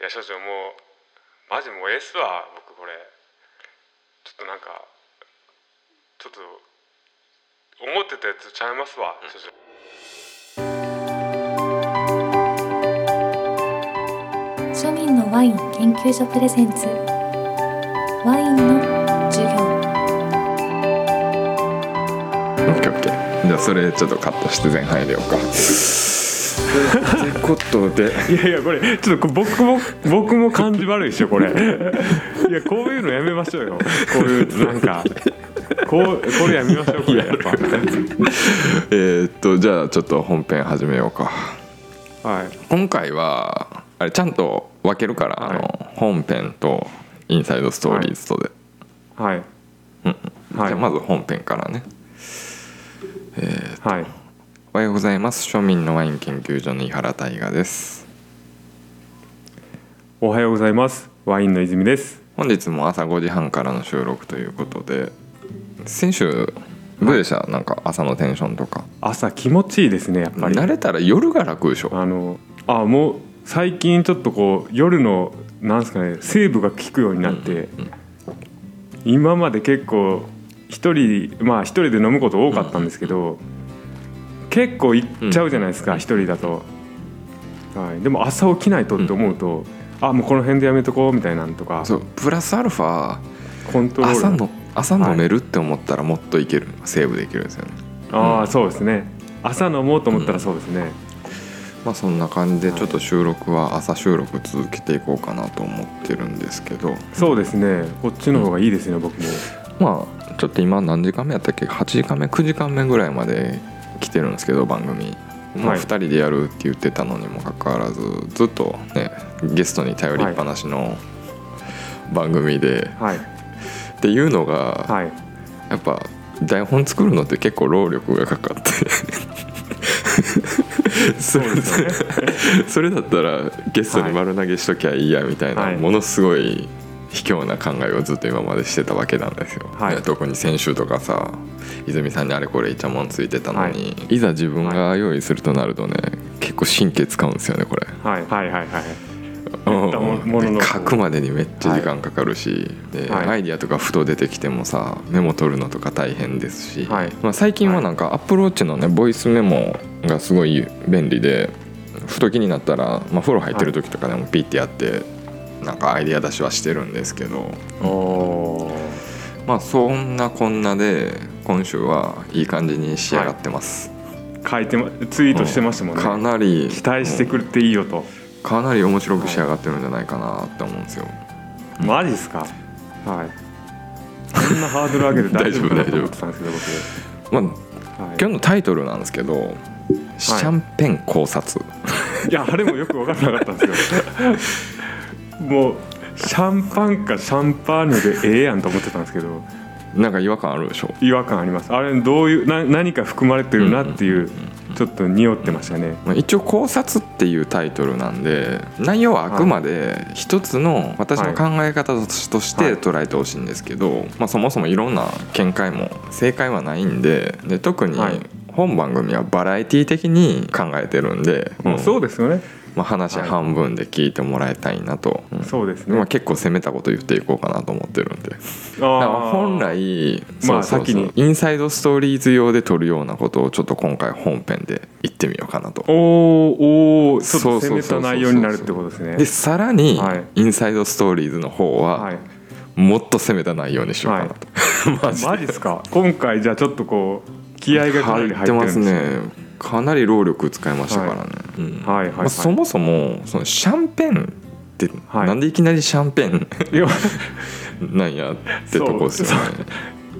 や所長もうマジもうええっすわ僕これちょっとなんかちょっと思ってたやつちゃいますわ、所長庶民のワイン研究所プレゼンツワインの授業 OKOK じゃあそれちょっとカットして前半入れようかってことでいやいやこれちょっとこ僕も僕も感じ悪いでしょこれいやこういうのやめましょうよこういうなんかこうこれやめましょうこれやっ えーっとじゃあちょっと本編始めようかぱはい今回はあれちゃんと分けるから、はいあの本編とインサイドストーリーズとで、はいはいじゃあまず本編からねはいおはようございます庶民のワイン研究所の井原大我ですおはようございますワインの泉です本日も朝5時半からの収録ということで先週どうでした、なんか朝のテンションとか朝気持ちいいですねやっぱり慣れたら夜が楽でしょあのあもう最近ちょっとこう夜のなんですかねセーブが効くようになって、今まで結構一人まあ一人で飲むこと多かったんですけど、結構行っちゃうじゃないですか一、人だと、はい、でも朝起きないとって思うと、あもうこの辺でやめとこうみたいなんとかそうプラスアルファコントロール朝の朝飲めるって思ったらもっといける、セーブできるんですよねああそうですね朝飲もうと思ったらそうですね、まあそんな感じではいちょっと収録は朝収録続けていこうかなと思ってるんですけどそうですねこっちの方がいいですね、僕もまあちょっと今何時間目やったっけ8時間目9時間目ぐらいまで来てるんですけど番組、まはあ、い2人でやるって言ってたのにもかかわらずずっとねゲストに頼りっぱなしの番組で、はいっていうのがはいやっぱ台本作るのって結構労力がかかって そそうれですよね それだったらゲストに丸投げしときゃいいやみたいな、はいものすごい卑怯な考えをずっと今までしてたわけなんですよ、はいね特に先週とかさ泉さんにあれこれイチャモンついてたのに、い、ざ自分が用意するとなるとね結構神経使うんですよねこれはいはいはいはいうん言ったもものの書くまでにめっちゃ時間かかるし、ではいアイディアとかふと出てきてもさメモ取るのとか大変ですし、はいまあ、最近はなんかアップローチのねボイスメモがすごい便利でふと気になったら、まあ、風呂入ってる時とかでもピッてやって。なんかアイディア出しはしてるんですけどおーまあそんなこんなで今週はいい感じに仕上がってます、書いて、ま、ツイートしてましたもんね、かなり期待してくれていいよと、かなり面白く仕上がってるんじゃないかなって思うんですよマジっすかはいそんなハードル上げて大丈夫大丈夫だと思ってたんですけどまあ僕、はい、今日のタイトルなんですけど「シャンペン考察」いやあれもよく分からなかったんですよもうシャンパンかシャンパーニュでええやんと思ってたんですけどなんか違和感あるでしょ違和感ありますあれどういうな何か含まれてるなっていうちょっと匂ってましたねまあ一応「考察」っていうタイトルなんで内容はあくまで一つの私の考え方としとしはいて捉えてほしいんですけど、まあ、そもそもいろんな見解も正解はないんでで特にはい本番組はバラエティ的に考えてるんで、まあそううですよねまあ、話はい半分で聞いてもらいたいなと、うんそうですね、まあ、結構攻めたこと言っていこうかなと思ってるんで。だからあー本来まあそうそうそう先にインサイドストーリーズ用で撮るようなことをちょっと今回本編で言ってみようかなとおーおーちょっと攻めた内容になるってことですねでさらにはいインサイドストーリーズの方ははいもっと攻めた内容にしようかなと、マジですか今回じゃあちょっとこう気合がかなり入ってるんまですすねかなり労力使いましたからね、うんはいはいはい、まあそもそもそのシャンペンってはいなんでいきなりシャンペンいや なんやってとこですよそね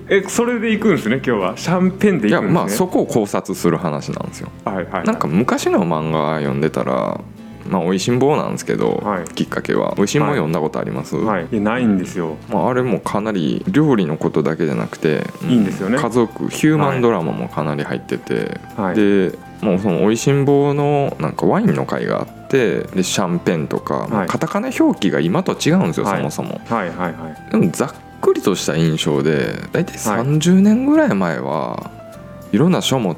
えそれで行くんですね今日はシャンペンでい行やくんですねまあそこを考察する話なんですよはいはいはいなんか昔の漫画読んでたら「まあ、おいしん坊」なんですけど、はいきっかけは「おいしん坊」読んだことあります、はいいやないんですよまあ、あれもかなり料理のことだけじゃなくて、いいんですよね家族ヒューマンドラマもかなり入ってて、はいでもうその「おいしん坊」のなんかワインの会があってでシャンペンとか、まあカタカナ表記が今と違うんですよ、はいそもそも。はいはいはいでもざっくりとした印象で大体はい30年ぐらい前はいろんな書物、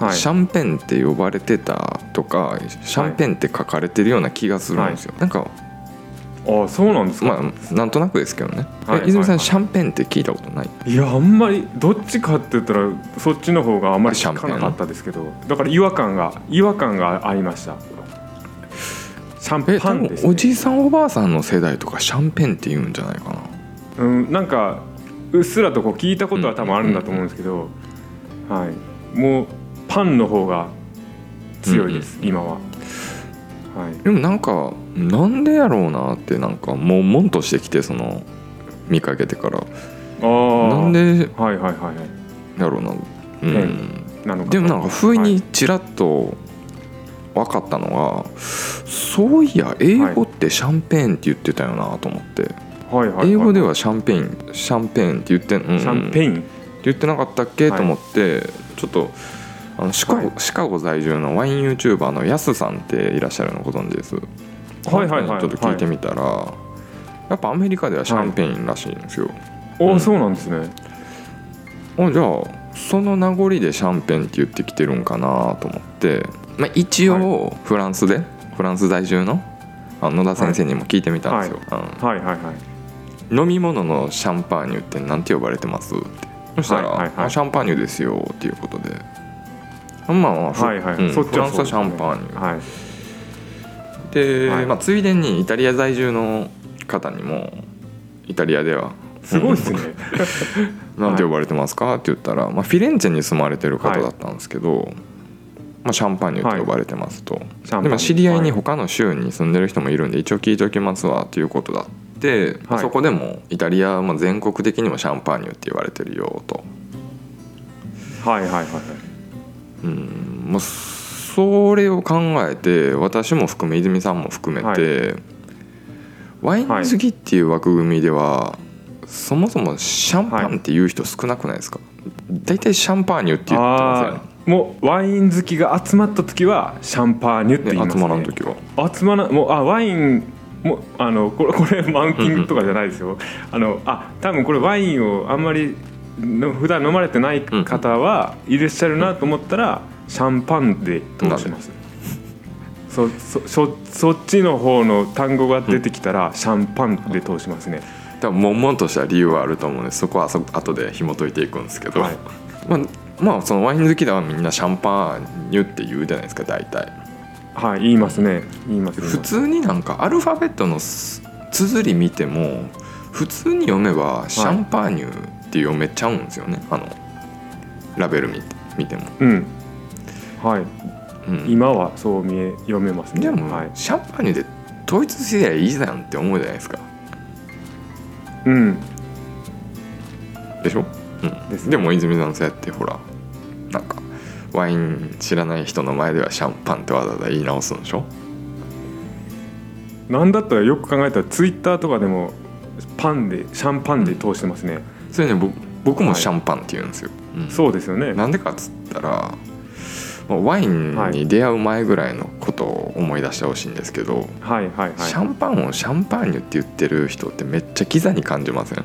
はいシャンペンって呼ばれてたとかシャンペンって書かれてるような気がするんですよ、なんかああそうなんですか、まあなんとなくですけどね、えはいはい泉さはんいシャンペンって聞いたことないいやあんまりどっちかって言ったらそっちの方があんまりシャン聞ペンかなかったですけどだから違和感が違和感がありましたシャえンパ多ン分です、ね、おじいさんおばあさんの世代とかシャンペンって言うんじゃないかなうん、なんかうっすらとこう聞いたことは多分あるんだと思うんですけど、はい、もうパンの方が強いです、今は、はい、でもなんかなんでやろうなってなんかもうもんとしてきてその見かけてからああなんではいはいはいはいやろうなうえんなのかでもなんか不意はにいちらっと分かったのが、そういや英語ってシャンペーンって言ってたよなと思って、はいはいはい英語ではシャンペインシャンペーンって言って、うんシャンペインって言ってなかったっけ、はいと思ってちょっとあのシカゴ、シカゴ在住のワイン YouTuber のヤスさんっていらっしゃるのご存知ですはいはいはいちょっと聞いてみたら、やっぱアメリカではシャンペインらしいんですよ、おうおんそうなんですねあじゃあその名残でシャンペンって言ってきてるんかなと思って、まあ、一応フランスで、フランス在住のあの野田先生にも聞いてみたんですよ、あはいはいはいの飲み物のシャンパーニュって何て呼ばれてますってそしたら、はいはいはいあシャンパーニュですよっていうことで。まあまあふはいはい、うんそっフちラはンスそうですはねシャンパーニュ、はいで、はいまあ、ついでにイタリア在住の方にもイタリアではすごいですねなんて呼ばれてますか?」って言ったら、まあ、フィレンツェに住まれてる方だったんですけど、まあ、シャンパーニュって呼ばれてますと、シャンパンでまあ知り合いには他の州に住んでる人もいるんで一応聞いておきますわっていうことだって、まあはいそこでもイタリア、まあ、全国的にもシャンパーニュって言われてるよと、はいはいはいはいうんまあ、それを考えて私も含め泉さんも含めて、ワイン好きっていう枠組みでは、そもそもシャンパンっていう人少なくないですか、大体シャンパーニュって言ってますよねあーもうワイン好きが集まった時はシャンパーニュってね言います集ねまらん時は集まらもうあワインもあのこれこれマウンティングとかじゃないですよ、あのあ多分これワインをあんまりの普段飲まれてない方はいらっしゃるなと思ったら、シャンパンで通します、そそそそっちの方の単語が出てきたら、シャンパンで通しますね、多分悶々とした理由はあると思うんでそこはあそ後で紐解いていくんですけど、はいまあまあそのワイン好きではみんなシャンパーニュって言うじゃないですか大体はい言いますね言います言います普通になんかアルファベットのす綴り見ても普通に読めばシャンパーニュって読めちゃうんですよね、あのラベル見て見ても、うんはいうん、今はそう見え読めますねでも、はい、シャンパーニュで統一すりゃいいじゃんって思うじゃないですかうんでしょ、うでん、すねでも泉さんそうやってほらなんかワイン知らない人の前ではシャンパンってわざわざ言い直すんでしょなんだったらよく考えたらツイッターとかでもパンでシャンパンで通してますね、それねぼ僕もはいシャンパンって言うんですよ、うんそうですよねなんでかっつったらまあワインに出会う前ぐらいのことを思い出してほしいんですけど、はいはいはいシャンパンをシャンパーニュって言ってる人ってめっちゃキザに感じません、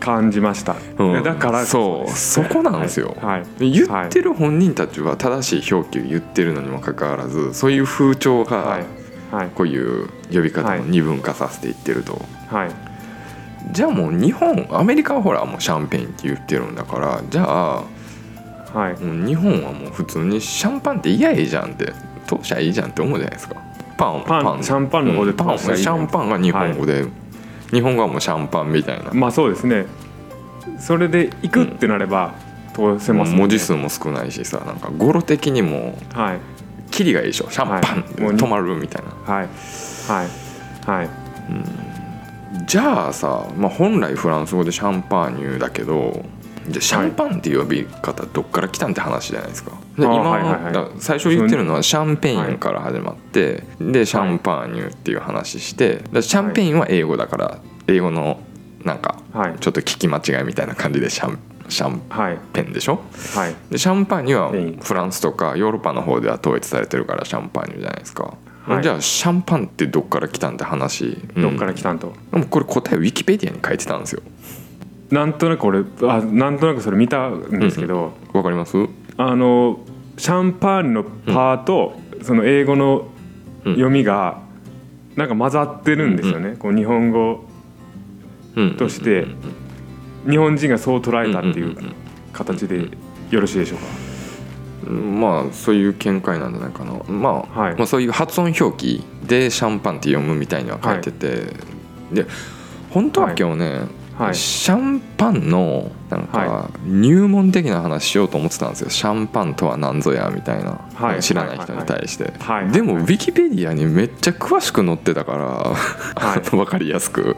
感じました、うんだからそうですそこなんですよ、はい、言ってる本人たちは正しい表記を言ってるのにもかかわらずそういう風潮はいがはいこういう呼び方はをい二分化させていってると、はいじゃあもう日本アメリカはほらもうシャンペインって言ってるんだからじゃあはいもう日本はもう普通にシャンパンって嫌いいじゃんって当社いいじゃんって思うじゃないですかパンパンシャンパンの方でうんパン通したらいいシじゃんャンパンが日本語で、日本語はもうシャンパンみたいな、まあそうですねそれで行くってなれば通せますもんね、文字数も少ないしさなんか語呂的にもはいキリがいいでしょシャンパンはいでもう止まるみたいな、はいはいはいじゃあさ、まあ、本来フランス語でシャンパーニュだけどじゃあシャンパンって呼び方どっから来たんって話じゃないですか。であー今のはいはいはいだから最初言ってるのはシャンペインから始まってでシャンパーニュっていう話してだからシャンペインは英語だから英語のなんかはいちょっと聞き間違いみたいな感じでシャンシャンはいペンでしょはいでシャンパーニュうんはフランスとかヨーロッパの方では統一されてるからシャンパーニュじゃないですか。はいじゃあシャンパンってどっから来たんって話うんどっから来たんと、でもこれ答えウィキペディアに書いてたんですよなんとなく俺あなんとなくそれ見たんですけど、わかりますあのシャンパーニュのパーと、その英語の読みが、なんか混ざってるんですよね、こう日本語うんとして日本人がそう捉えたっていう形でよろしいでしょうかうんまあそういう見解なんじゃないかな、まあはいまあそういう発音表記でシャンパンって読むみたいには書いてて、で本当は今日ね、はいシャンパンのなんかは入門的な話しようと思ってたんですよ、シャンパンとは何ぞやみたいな、はい知らない人に対して、はいはいでもウィキペディアにめっちゃ詳しく載ってたから、はい 分かりやすく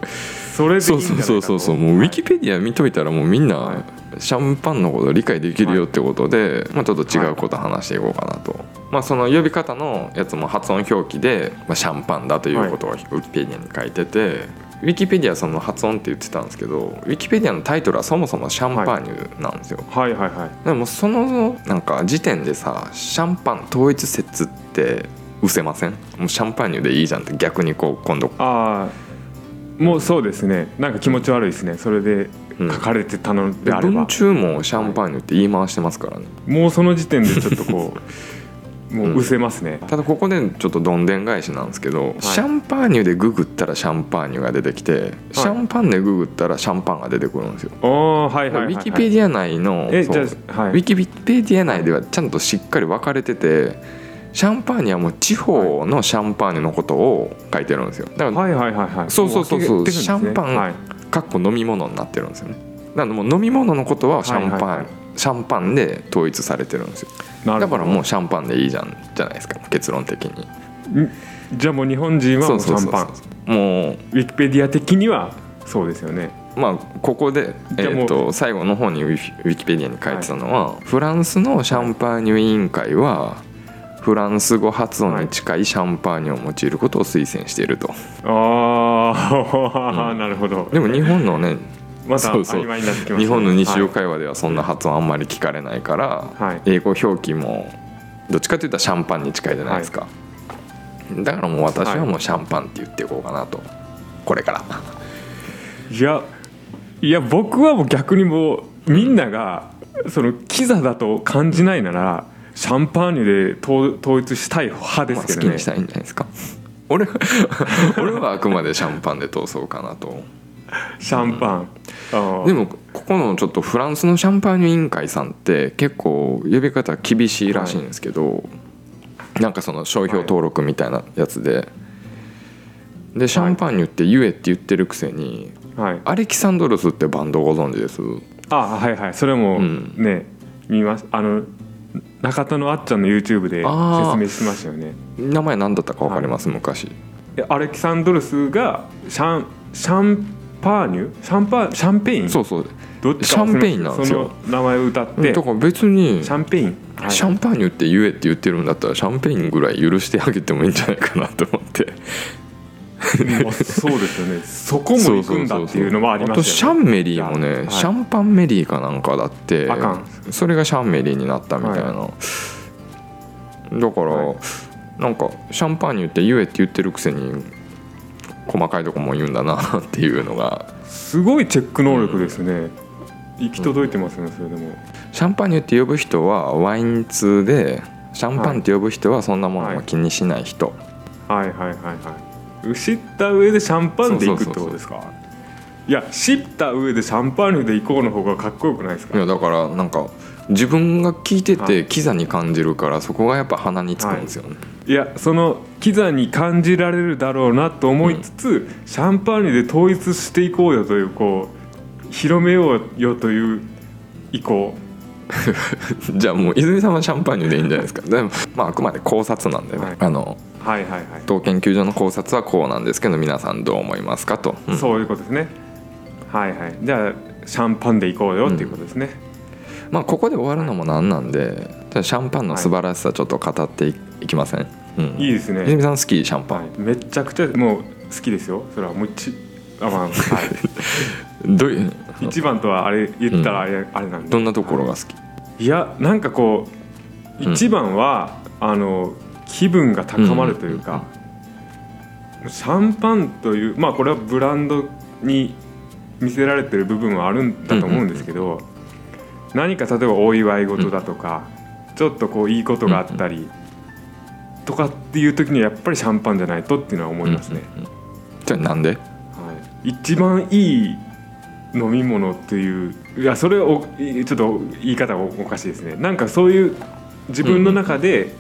それでいいそんうじゃそなういかそうとそうそうもうウィキペディア見といたらもうみんはなシャンパンのこと理解できるよってことで、まあ、ちょっと違うこと話していこうかなと、まあ、その呼び方のやつも発音表記で、まあ、シャンパンだということがウィキペディアに書いてて、ウィキペディアはその発音って言ってたんですけどウィキペディアのタイトルはそもそもシャンパーニュなんですよ、はいはいはいでもそのなんか時点でさシャンパン統一説って失せませんもうシャンパーニュでいいじゃんって逆にこう今度ああもうそうですねなんか気持ち悪いですねそれで書かれてたのであれば文、中もシャンパーニュって言い回してますからね、もうその時点でちょっとこ うもううせますね、ただここでちょっとどんでん返しなんですけど、シャンパーニュでググったらシャンパーニュが出てきて、シャンパンでググったらシャンパンが出てくるんですよ、おーはいはいはい、ウはィキペい、ディア内のえそうじゃあはいウィキペディア内ではちゃんとしっかり分かれててシャンパーニュはもう地方のシャンパーニュのことを書いてるんですよだから、はいはいはいはいそうそうそうそうも分けてるんですねシャンパンはいかっこ飲み物になってるんですよねなのでもう飲み物のことはシャンパン、はいはいはいシャンパンで統一されてるんですよなるだほかどらもうシャンパンでいいじゃんじゃないですか結論的にじゃあもう日本人はもうシそうャそンうそパうンそうもうウィキペディア的にはそうですよねまあここで、えじゃあもうー、と最後の方にウィキウィキペディアに書いてたのは、フランスのシャンパーニュ委員会はフランス語発音に近いシャンパーニュを用いることを推薦していると、ああ、 なるほどでも日本のねまたそうそう曖昧になってきましたね、日本の日常はい会話ではそんな発音あんまり聞かれないから、はい英語表記もどっちかというとシャンパンに近いじゃないですか、だからもう私はもうシャンパンって言っていこうかなとこれからいやいや僕はもう逆にもうみんながそのキザだと感じないならシャンパーニュで統統一したい派でまあすけ好きどねにし、たいんじゃないですか俺は 俺はあくまでシャンパンで通そうかなとシャンパン、あーでもここのちょっとフランスのシャンパーニュ委員会さんって結構呼び方厳しいらしいんですけど、なんかその商標登録みたいなやつで、でシャンパーニュって言えって言ってるくせに、はい、アレキサンドロスってバンドご存知ですあはいはいそれもうんね、見ますあの中田のあっちゃんの YouTube であー説明しましたよね名前何だったか分かります、昔えアレキサンドルスがシャンシャンパーニュシャンパーシャンペインそうそうどっちか忘れましたシャンペインなんですよその名前を歌っだてから別にシシャンペイン、はいャンパーニュって言えって言ってるんだったらシャンペインぐらい許してあげてもいいんじゃないかなと思ってまあそうですよねそこも行くんだっていうのはありまとしシたよャねンメリーもね、はいシャンパンメリーかなんかだってあかそれがシャンメリーになったみたいな、だから、はなんかシャンパーニュって言えって言ってるくせに細かいとこも言うんだなっていうのが すごいチェック能力ですね、行き届いてますねそれでもシャンパーニュって呼ぶ人はワイン通でシャンパンって呼ぶ人はそんなものは気にしない人、はいはいはいはい知った上でシャンパンで行くってことですかいや知った上でシャンパーニュで行こうの方がかっこよくないですい、かやだからなんか自分が聞いてはてキザに感じるからそこがやっぱ鼻につくんですよね、いやそのキザに感じられるだろうなと思いつつ、シャンパーニュで統一していこうよというこう広めようよという意向 じゃあもう泉さんはシャンパーニュでいいんじゃないですかでもまああくまで考察なんでね、はいあのはいはいはい、当研究所の考察はこうなんですけど皆さんどう思いますかと、うんそういうことですねはいはいじゃあシャンパンで行こうよっていうことですね、まあここで終わるのもなんなんでじゃあシャンパンの素晴らしさちょっと語っていいきません、うん、いいですね泉さん好きシャンパン、はい、めちゃくちゃもう好きですよそれはもう一あ、まあはどういうい、一番とはあれ言ったらあれ,、あれなんでどんなところが好き、いやなんかこううん一番は、あの気分が高まるというか、シャンパンというまあこれはブランドに見せられてる部分はあるんだと思うんですけど、何か例えばお祝い事だとか、ちょっとこういいことがあったり、とかっていう時にはやっぱりシャンパンじゃないとっていうのは思いますね、うんうんうんじゃあなんではい、一番いい飲み物っていういやそれをいちょっと言い方がおおかしいですねなんかそういう自分の中で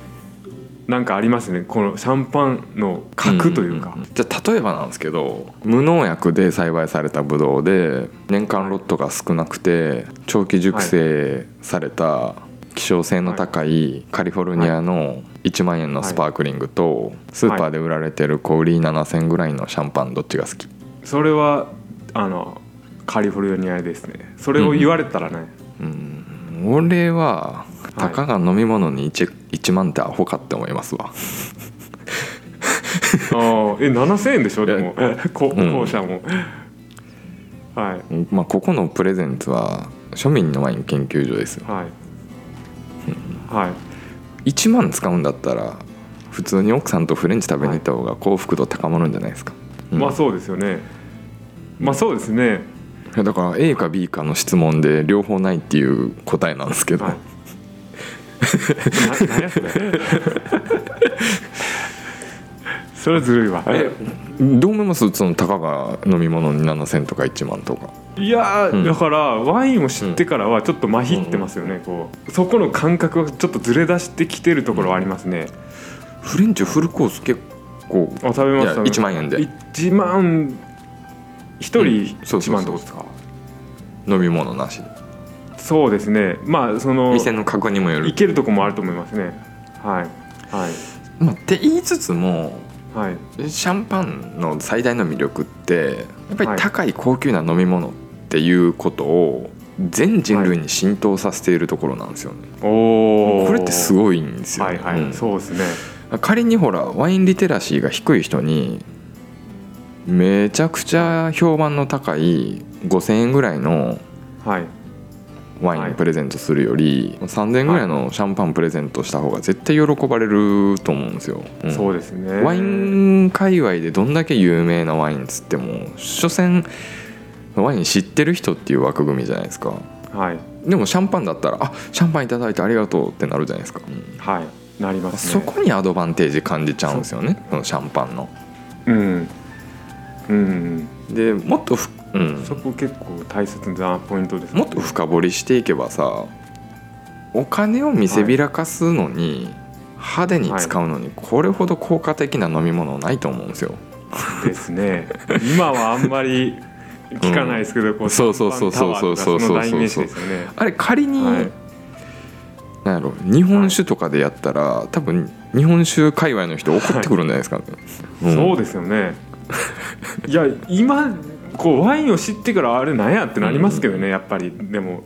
なんかありますね、このシャンパンの格というか、んんんじゃあ例えばなんですけど無農薬で栽培されたブドウで年間ロットが少なくて長期熟成された希少性の高いカリフォルニアの1万円のスパークリングとスーパーで売られてる小売り7,000ぐらいのシャンパンどっちが好きそれはあのカリフォルニアですねそれを言われたらね、うん俺はたかが飲み物に 1, 1万ってアホかって思いますわああえ7000円でしょでも こうん校舎も、はいまあここのプレゼンツは庶民のワイン研究所ですよはい、はい1万使うんだったら普通に奥さんとフレンチ食べに行った方が幸福度高まるんじゃないですか、うんまあそうですよねまあそうですね、いやだから A か B かの質問で両方ないっていう答えなんですけど、はいな何やそれ それずるいわえどう思いますそのたかが飲み物に7,000とか1万とかいやー、うんだからワインを知ってからはちょっとまひってますよね、こうそこの感覚がちょっとずれ出してきてるところはありますね、フレンチフルコース結構あ食べましいやた1万円で1万一人そうそうそ1う万ってことですか飲み物なしでそうですねまあその店の格にもよる行けるとこもあると思いますねはいはいまあって言いつつもはいシャンパンの最大の魅力ってやっぱはいり高い高級な飲み物っていうことを全人類に浸透させているところなんですよね、おおこれってすごいんですよはね、いはい、うんそうですね仮にほらワインリテラシーが低い人にめちゃくちゃ評判の高い5,000円ぐらいのはいワはイいンプレゼントするより、3,000円ぐらいのシャンパンプレゼントした方が絶対喜ばれると思うんですよ、うんそうですねワイン界隈でどんだけ有名なワインっつっても所詮ワイン知ってる人っていう枠組みじゃないですかはいでもシャンパンだったら「あシャンパンいただいてありがとう」ってなるじゃないですか、はいなりますねそこにアドバンテージ感じちゃうんですよねそのシャンパンのうんうんでもっとふ、うん、そこ結構大切なポイントですねもっと深掘りしていけばさお金を見せびらかすのに、派手に使うのにこれほど効果的な飲み物ないと思うんですよ、ですね今はあんまり聞かないですけど、こうそうそうそうそうそうそうシャンパンタワーとかその代名詞ですよねあれ仮に、はいなんやろ日本酒とかでやったら、多分日本酒界隈の人怒ってくるんじゃないですか、うんそうですよねいや今こうワインを知ってからあれなんやってなりますけどね、やっぱりでも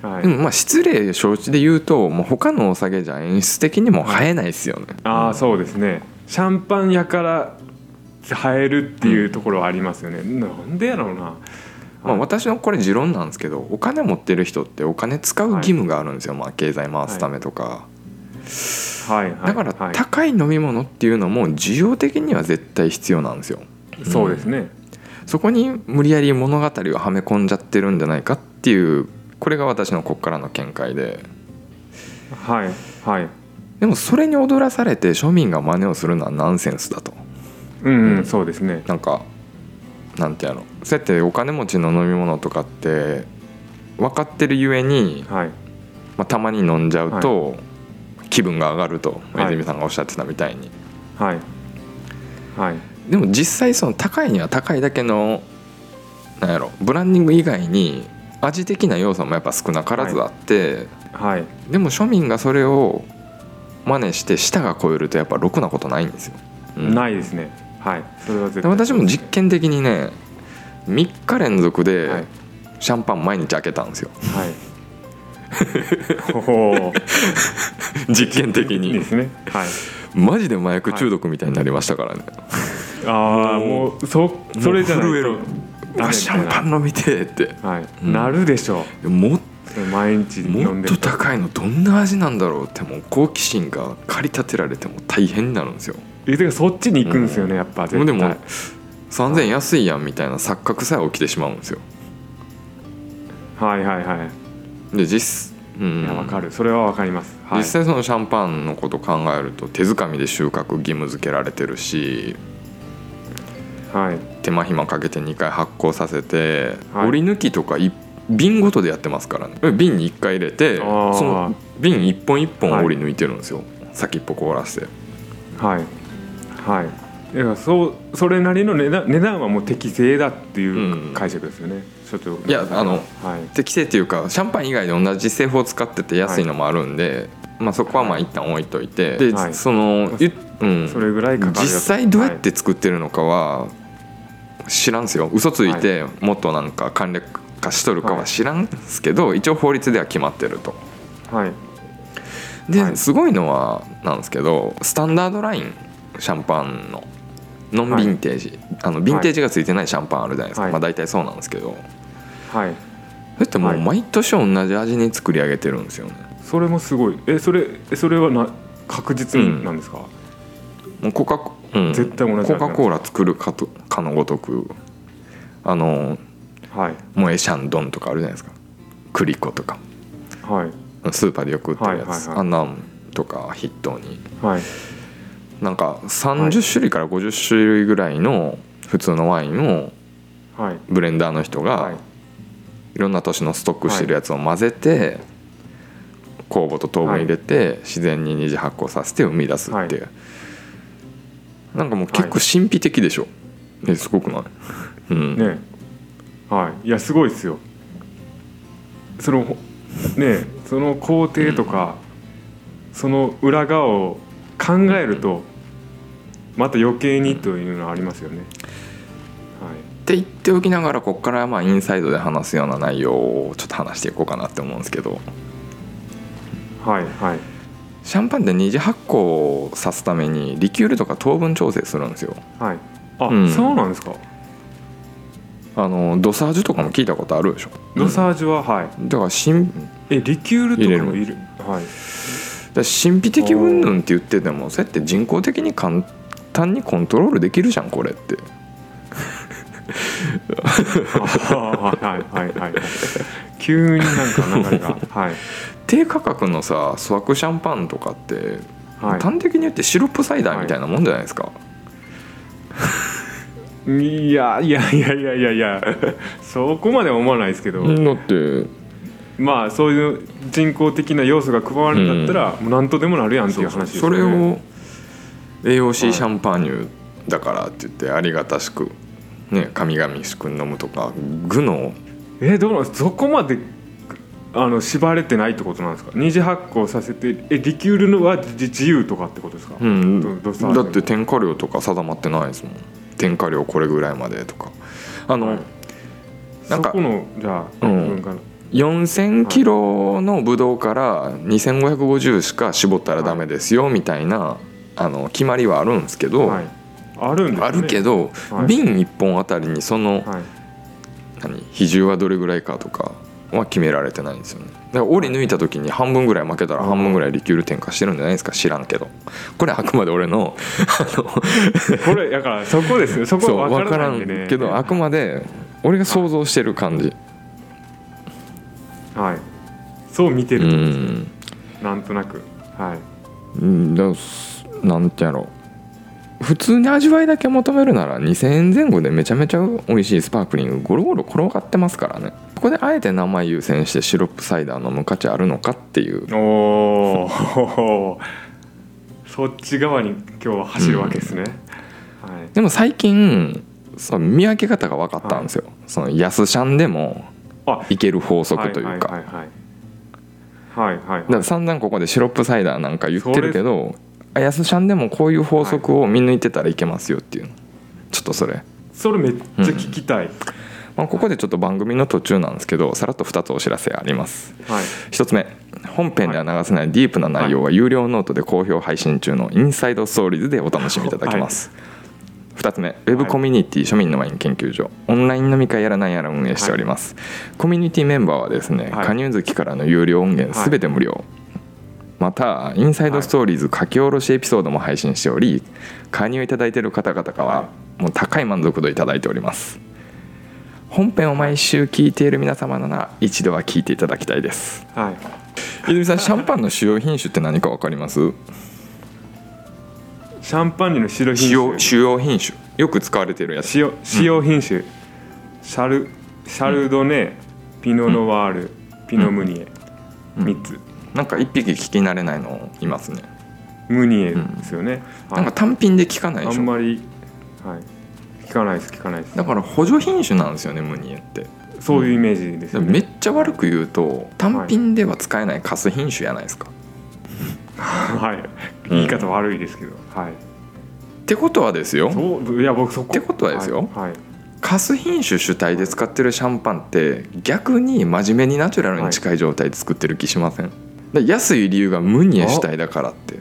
はい、でもまあ失礼承知で言うともう他のお酒じゃ演出的にも映えないですよね、ああそうですねシャンパン屋から生えるっていうところはありますよね、なんでやろうなまあ、私のこれ持論なんですけどお金持ってる人ってお金使う義務があるんですよ、まあ、経済回すためとか、はいはいだからはい高い飲み物っていうのも需要的には絶対必要なんですよそうですね、そこに無理やり物語をはめ込んじゃってるんじゃないかっていうこれが私のこっからの見解ではいはいでもそれに踊らされて庶民が真似をするのはナンセンスだとうん、うんうんそうですねなんかなんてやろそうやってお金持ちの飲み物とかって分かってるゆえに、はいまあ、たまに飲んじゃうと、気分が上がると、はい泉さんがおっしゃってたみたいにはいはいでも実際その高いには高いだけのなんやろブランディング以外に味的な要素もやっぱ少なからずあって、はいでも庶民がそれを真似して舌が超えるとやっぱろくなことないんですよ。うんないですねはいそれは絶で対私も実験的にね3日連続はでいシャンパン毎日開けたんですよ はいおお実験的いいでにすねはいマジで麻薬中毒みたいになりましたからね、ああもうもうそそれじゃないともう震ダメみたいなシャンパン飲みてえってはい、うんなるでしょもっう毎日飲もんっでとると高いのどんな味なんだろうってもう好奇心が駆り立てられても大変になるんですよえてかそっちに行くんですよね、やっぱ絶もう対でも3000円安いやんみたいな錯覚さえ起きてしまうんですよはいはいはいで実うんいやわかるそれはわかります、はい、実際そのシャンパンのこと考えると手づかみで収穫義務付けられてるしはい手間暇かけて2回発酵させて、はい折り抜きとかい瓶ごとでやってますからね瓶に1回入れてそあーの瓶一本一本折り抜いてるんですよ、先っぽ凍らせてはいはいだからそうそれなりの値段値段はもう適正だっていうんう解釈ですよね、所長いやあのはい適正っていうかシャンパン以外で同じ製法を使ってて安いのもあるんで、まあ、そこはまあ一旦置いといてで、はいその、ゆうん、それぐらいかかる実際どうやって作ってるのかは知らんすよ嘘ついてもっとなんか簡略化しとるかは知らんすけど一応法律では決まってるとはい、はいはでいすごいのはなんですけどスタンダードラインシャンパンのノンヴィンテージ、あのヴィンテージがついてないシャンパンあるじゃないですか、はいまあ大体そうなんですけどはい、そってもはうい毎年同じ味に作り上げてるんですよねそれもすごいえそれえそれはな確実になんですか、もうコカコ、うん、絶対同じ味コカ・コーラ作るかとかのごとくあのはいモエシャンドンとかあるじゃないですかクリコとかはいスーパーでよく売ってるやつ、はいはいはいあんなんとか筆頭にはいなんか30種類から50種類ぐらいの普通のワインをはいブレンダーの人はがいいろんな年のストックしてるやつを混ぜて酵母と糖分入れて自然に二次発酵させて生み出すっていうなんかもう結構神秘的でしょえすごくない、うんねはいいやすごいですよそのほねその工程とか、その裏側を考えると、また余計にというのはありますよね、って言っておきながらここからはまあインサイドで話すような内容をちょっと話していこうかなって思うんですけどはいはいはいシャンパンって二次発酵さすためにリキュールとか糖分調整するんですよはいあ、うんそうなんですかあのドサージュとかも聞いたことあるでしょドサージュは、はいだからしんだかえリキュールとかもいるはいら神秘的云々って言っててもそうやって人工的に簡単にコントロールできるじゃんこれってあはいはいはいはい急になんか流れがはい低価格のさ粗悪シャンパンとかって、は端的に言ってシロップサイダーみたいなもんじゃないですか、いいやいやいやいやいやいや そこまでは思わないですけど、だってまあそういう人工的な要素が加わるんだったら、もう何とでもなるやんっていう話ですそよねれを AOC いシャンパーニュだからって言ってありがたしく、ね、神々しく飲むとか具のえどうなんそこまであの縛れてないってことなんですか二次発酵させてえリキュールのは自自由とかってことですか、どどうしたんですだかって添加量とか定まってないですもん添加量これぐらいまでとかあの、はいなんかそこのじゃあ、うん文化の4,000キロのブドウから2,550しか絞ったらダメですよみたいな、あの決まりはあるんですけど、はい、あるんです、ね、あるけど、はい瓶1本あたりにその、はい、何比重はどれぐらいかとかは決められてないんですよねだから折り抜いた時に半分ぐらい負けたら半分ぐらいリキュール添加してるんじゃないですか知らんけどこれあくまで俺のこれだからそこですねそ そこうは分分かかららないんでねんけどあくまで俺が想像してる感じはいそう見てうる、んなんとなくはいうんだからすなんてやろう普通に味わいだけ求めるなら2,000円前後でめちゃめちゃ美味しいスパークリングゴロゴロ転がってますからねここであえて名前優先してシロップサイダー飲む価値あるのかっていうおおそっち側に今日は走るわけですね、はいでも最近その見分け方が分かったんですよ、その安シャンでもあいける法則というか、はいはいはいはいはいはいだから散々ここでシロップサイダーなんか言ってるけどあ安シャンでもこういう法則を見抜いてたらいけますよっていうちょっとそれ、それめっちゃ聞きたい、まあ、ここでちょっと番組の途中なんですけどさらっと2つお知らせありますはい1つ目本編では流せないディープな内容は有料ノートで好評配信中の「インサイドストーリーズ」でお楽しみいただけます、2つ目ウェブコミュニティ庶民のワイン研究所オンライン飲み会やらなんやら運営しております、コミュニティメンバーはですね、はい加入月からの有料音源はいすべて無料、またインサイドストーリーズ書き下ろしエピソードも配信しており加入いただいている方々からははもう高い満足度いただいております本編を毎週聞いている皆様なら一度は聞いていただきたいですはい泉さんシャンパンの主要品種って何か分かりますシャンパンにの白主品要種主要品種よく使われてるやつ使用使用品種、シャルシャルドネ、ピノノワール、ピノムニエ、三つなんか一匹聞き慣れないのいますねムニエですよね、なはんかい単品で聞かないであしんょまり、はい、聞かないです聞かないですだから補助品種なんですよねムニエってそういうイメージですでよもねめっちゃ悪く言うと単品では使えないカス品種やないですか、はい言い方悪いですけど、はいってことはですよそういや僕そこってことはですよはいはいカス品種主体で使ってるシャンパンって逆に真面目にナチュラルに近い状態で作ってる気しません、で安い理由がムニエ主体だからって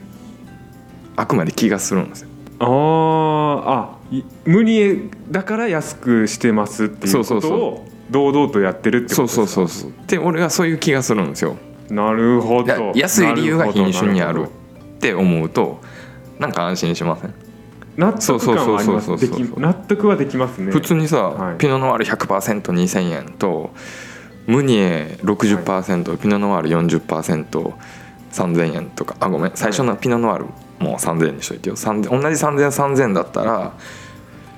あくまで気がするんですよあーあいムニエだから安くしてますっていうそこうそうとそを堂々とやってるってことそうですそうかそうそうで俺はそういう気がするんですよなるほだど安い理由が品種にあなるほどって思うとなんか安心しません納得感はありますそうそうそうそうそうでき納得はできますね普通にさ、はいピノノワール 100%2000 円とムニエ60%、ピノノワール 40%3000 円とかあごめん最初のピノノワールもう3000円にしといてよ3000同じ30003000だったら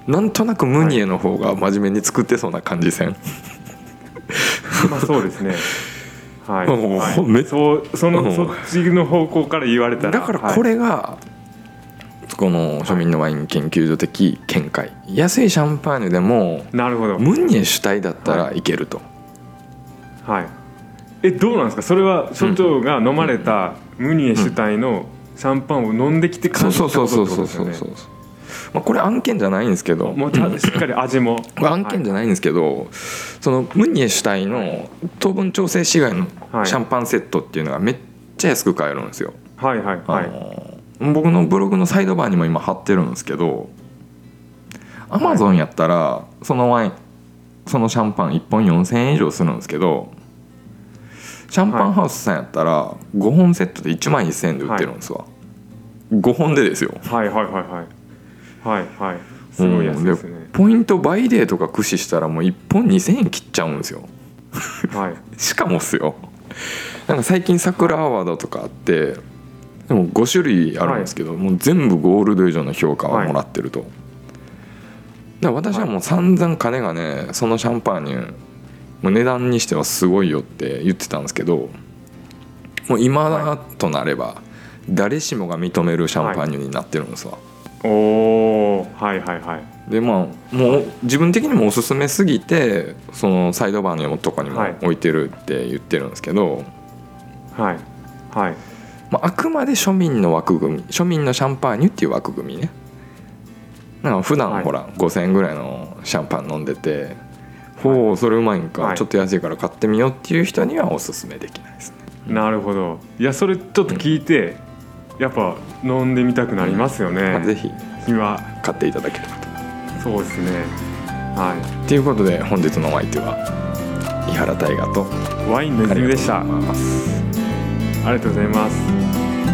なんとなくムニエの方が真面目に作ってそうな感じせん、まあそうですね はい、もうはほんめい、そうその、うんそっちの方向から言われたらだからこ、れが、この庶民のワイン研究所的見解安いシャンパーニュでもはいなるほどムニエ主体だったらいけると、はいえどうなんですかそれは所長が飲まれたムニエ主体のシャンパンを飲んできてそ感うじたそうことそうってそうことそですようそうねそう、まあ、これ案件じゃないんですけどもうたしっかり味もこれ案件じゃないんですけど、そのムニエ主体の糖分調整市外のはいシャンパンセットっていうのがめっちゃ安く買えるんですよ、はいはいはい、あの僕のブログのサイドバーにも今貼ってるんですけどアマゾンやったらそのワインそのシャンパン1本4,000円以上するんですけどシャンパンハウスさんやったら5本セットで1万1,000円で売ってるんですわ、5本でですよはいはいはいはいはいはいすごいやつですね、ポイント倍デーとか駆使したらもう1本2,000円切っちゃうんですよはいしかもっすよなんか最近桜アワードとかあってでも5種類あるんですけど、もう全部ゴールド以上の評価はもらってると、だから私はもう散々金がねそのシャンパーニュもう値段にしてはすごいよって言ってたんですけどもう今だとなれば誰しもが認めるシャンパーニュになってるんですわ、おおはいはいはいでまあもう自分的にもおすすめすぎてそのサイドバーのとかにもはい置いてるって言ってるんですけど、はいはいまあ、あくまで庶民の枠組み庶民のシャンパーニュっていう枠組みねなんか普は段いほら、5,000円ぐらいのシャンパン飲んでてほうそれうまいんか、はいちょっと安いから買ってみようっていう人にはおすすめできないですねなるほどいやそれちょっと聞いて、やっぱ飲んでみたくなりますよね、まあぜひ今買っていただければとそうですねはということで本日のお相手は井原大河といワインのあり泉がとうごでしざたいますありがとうございます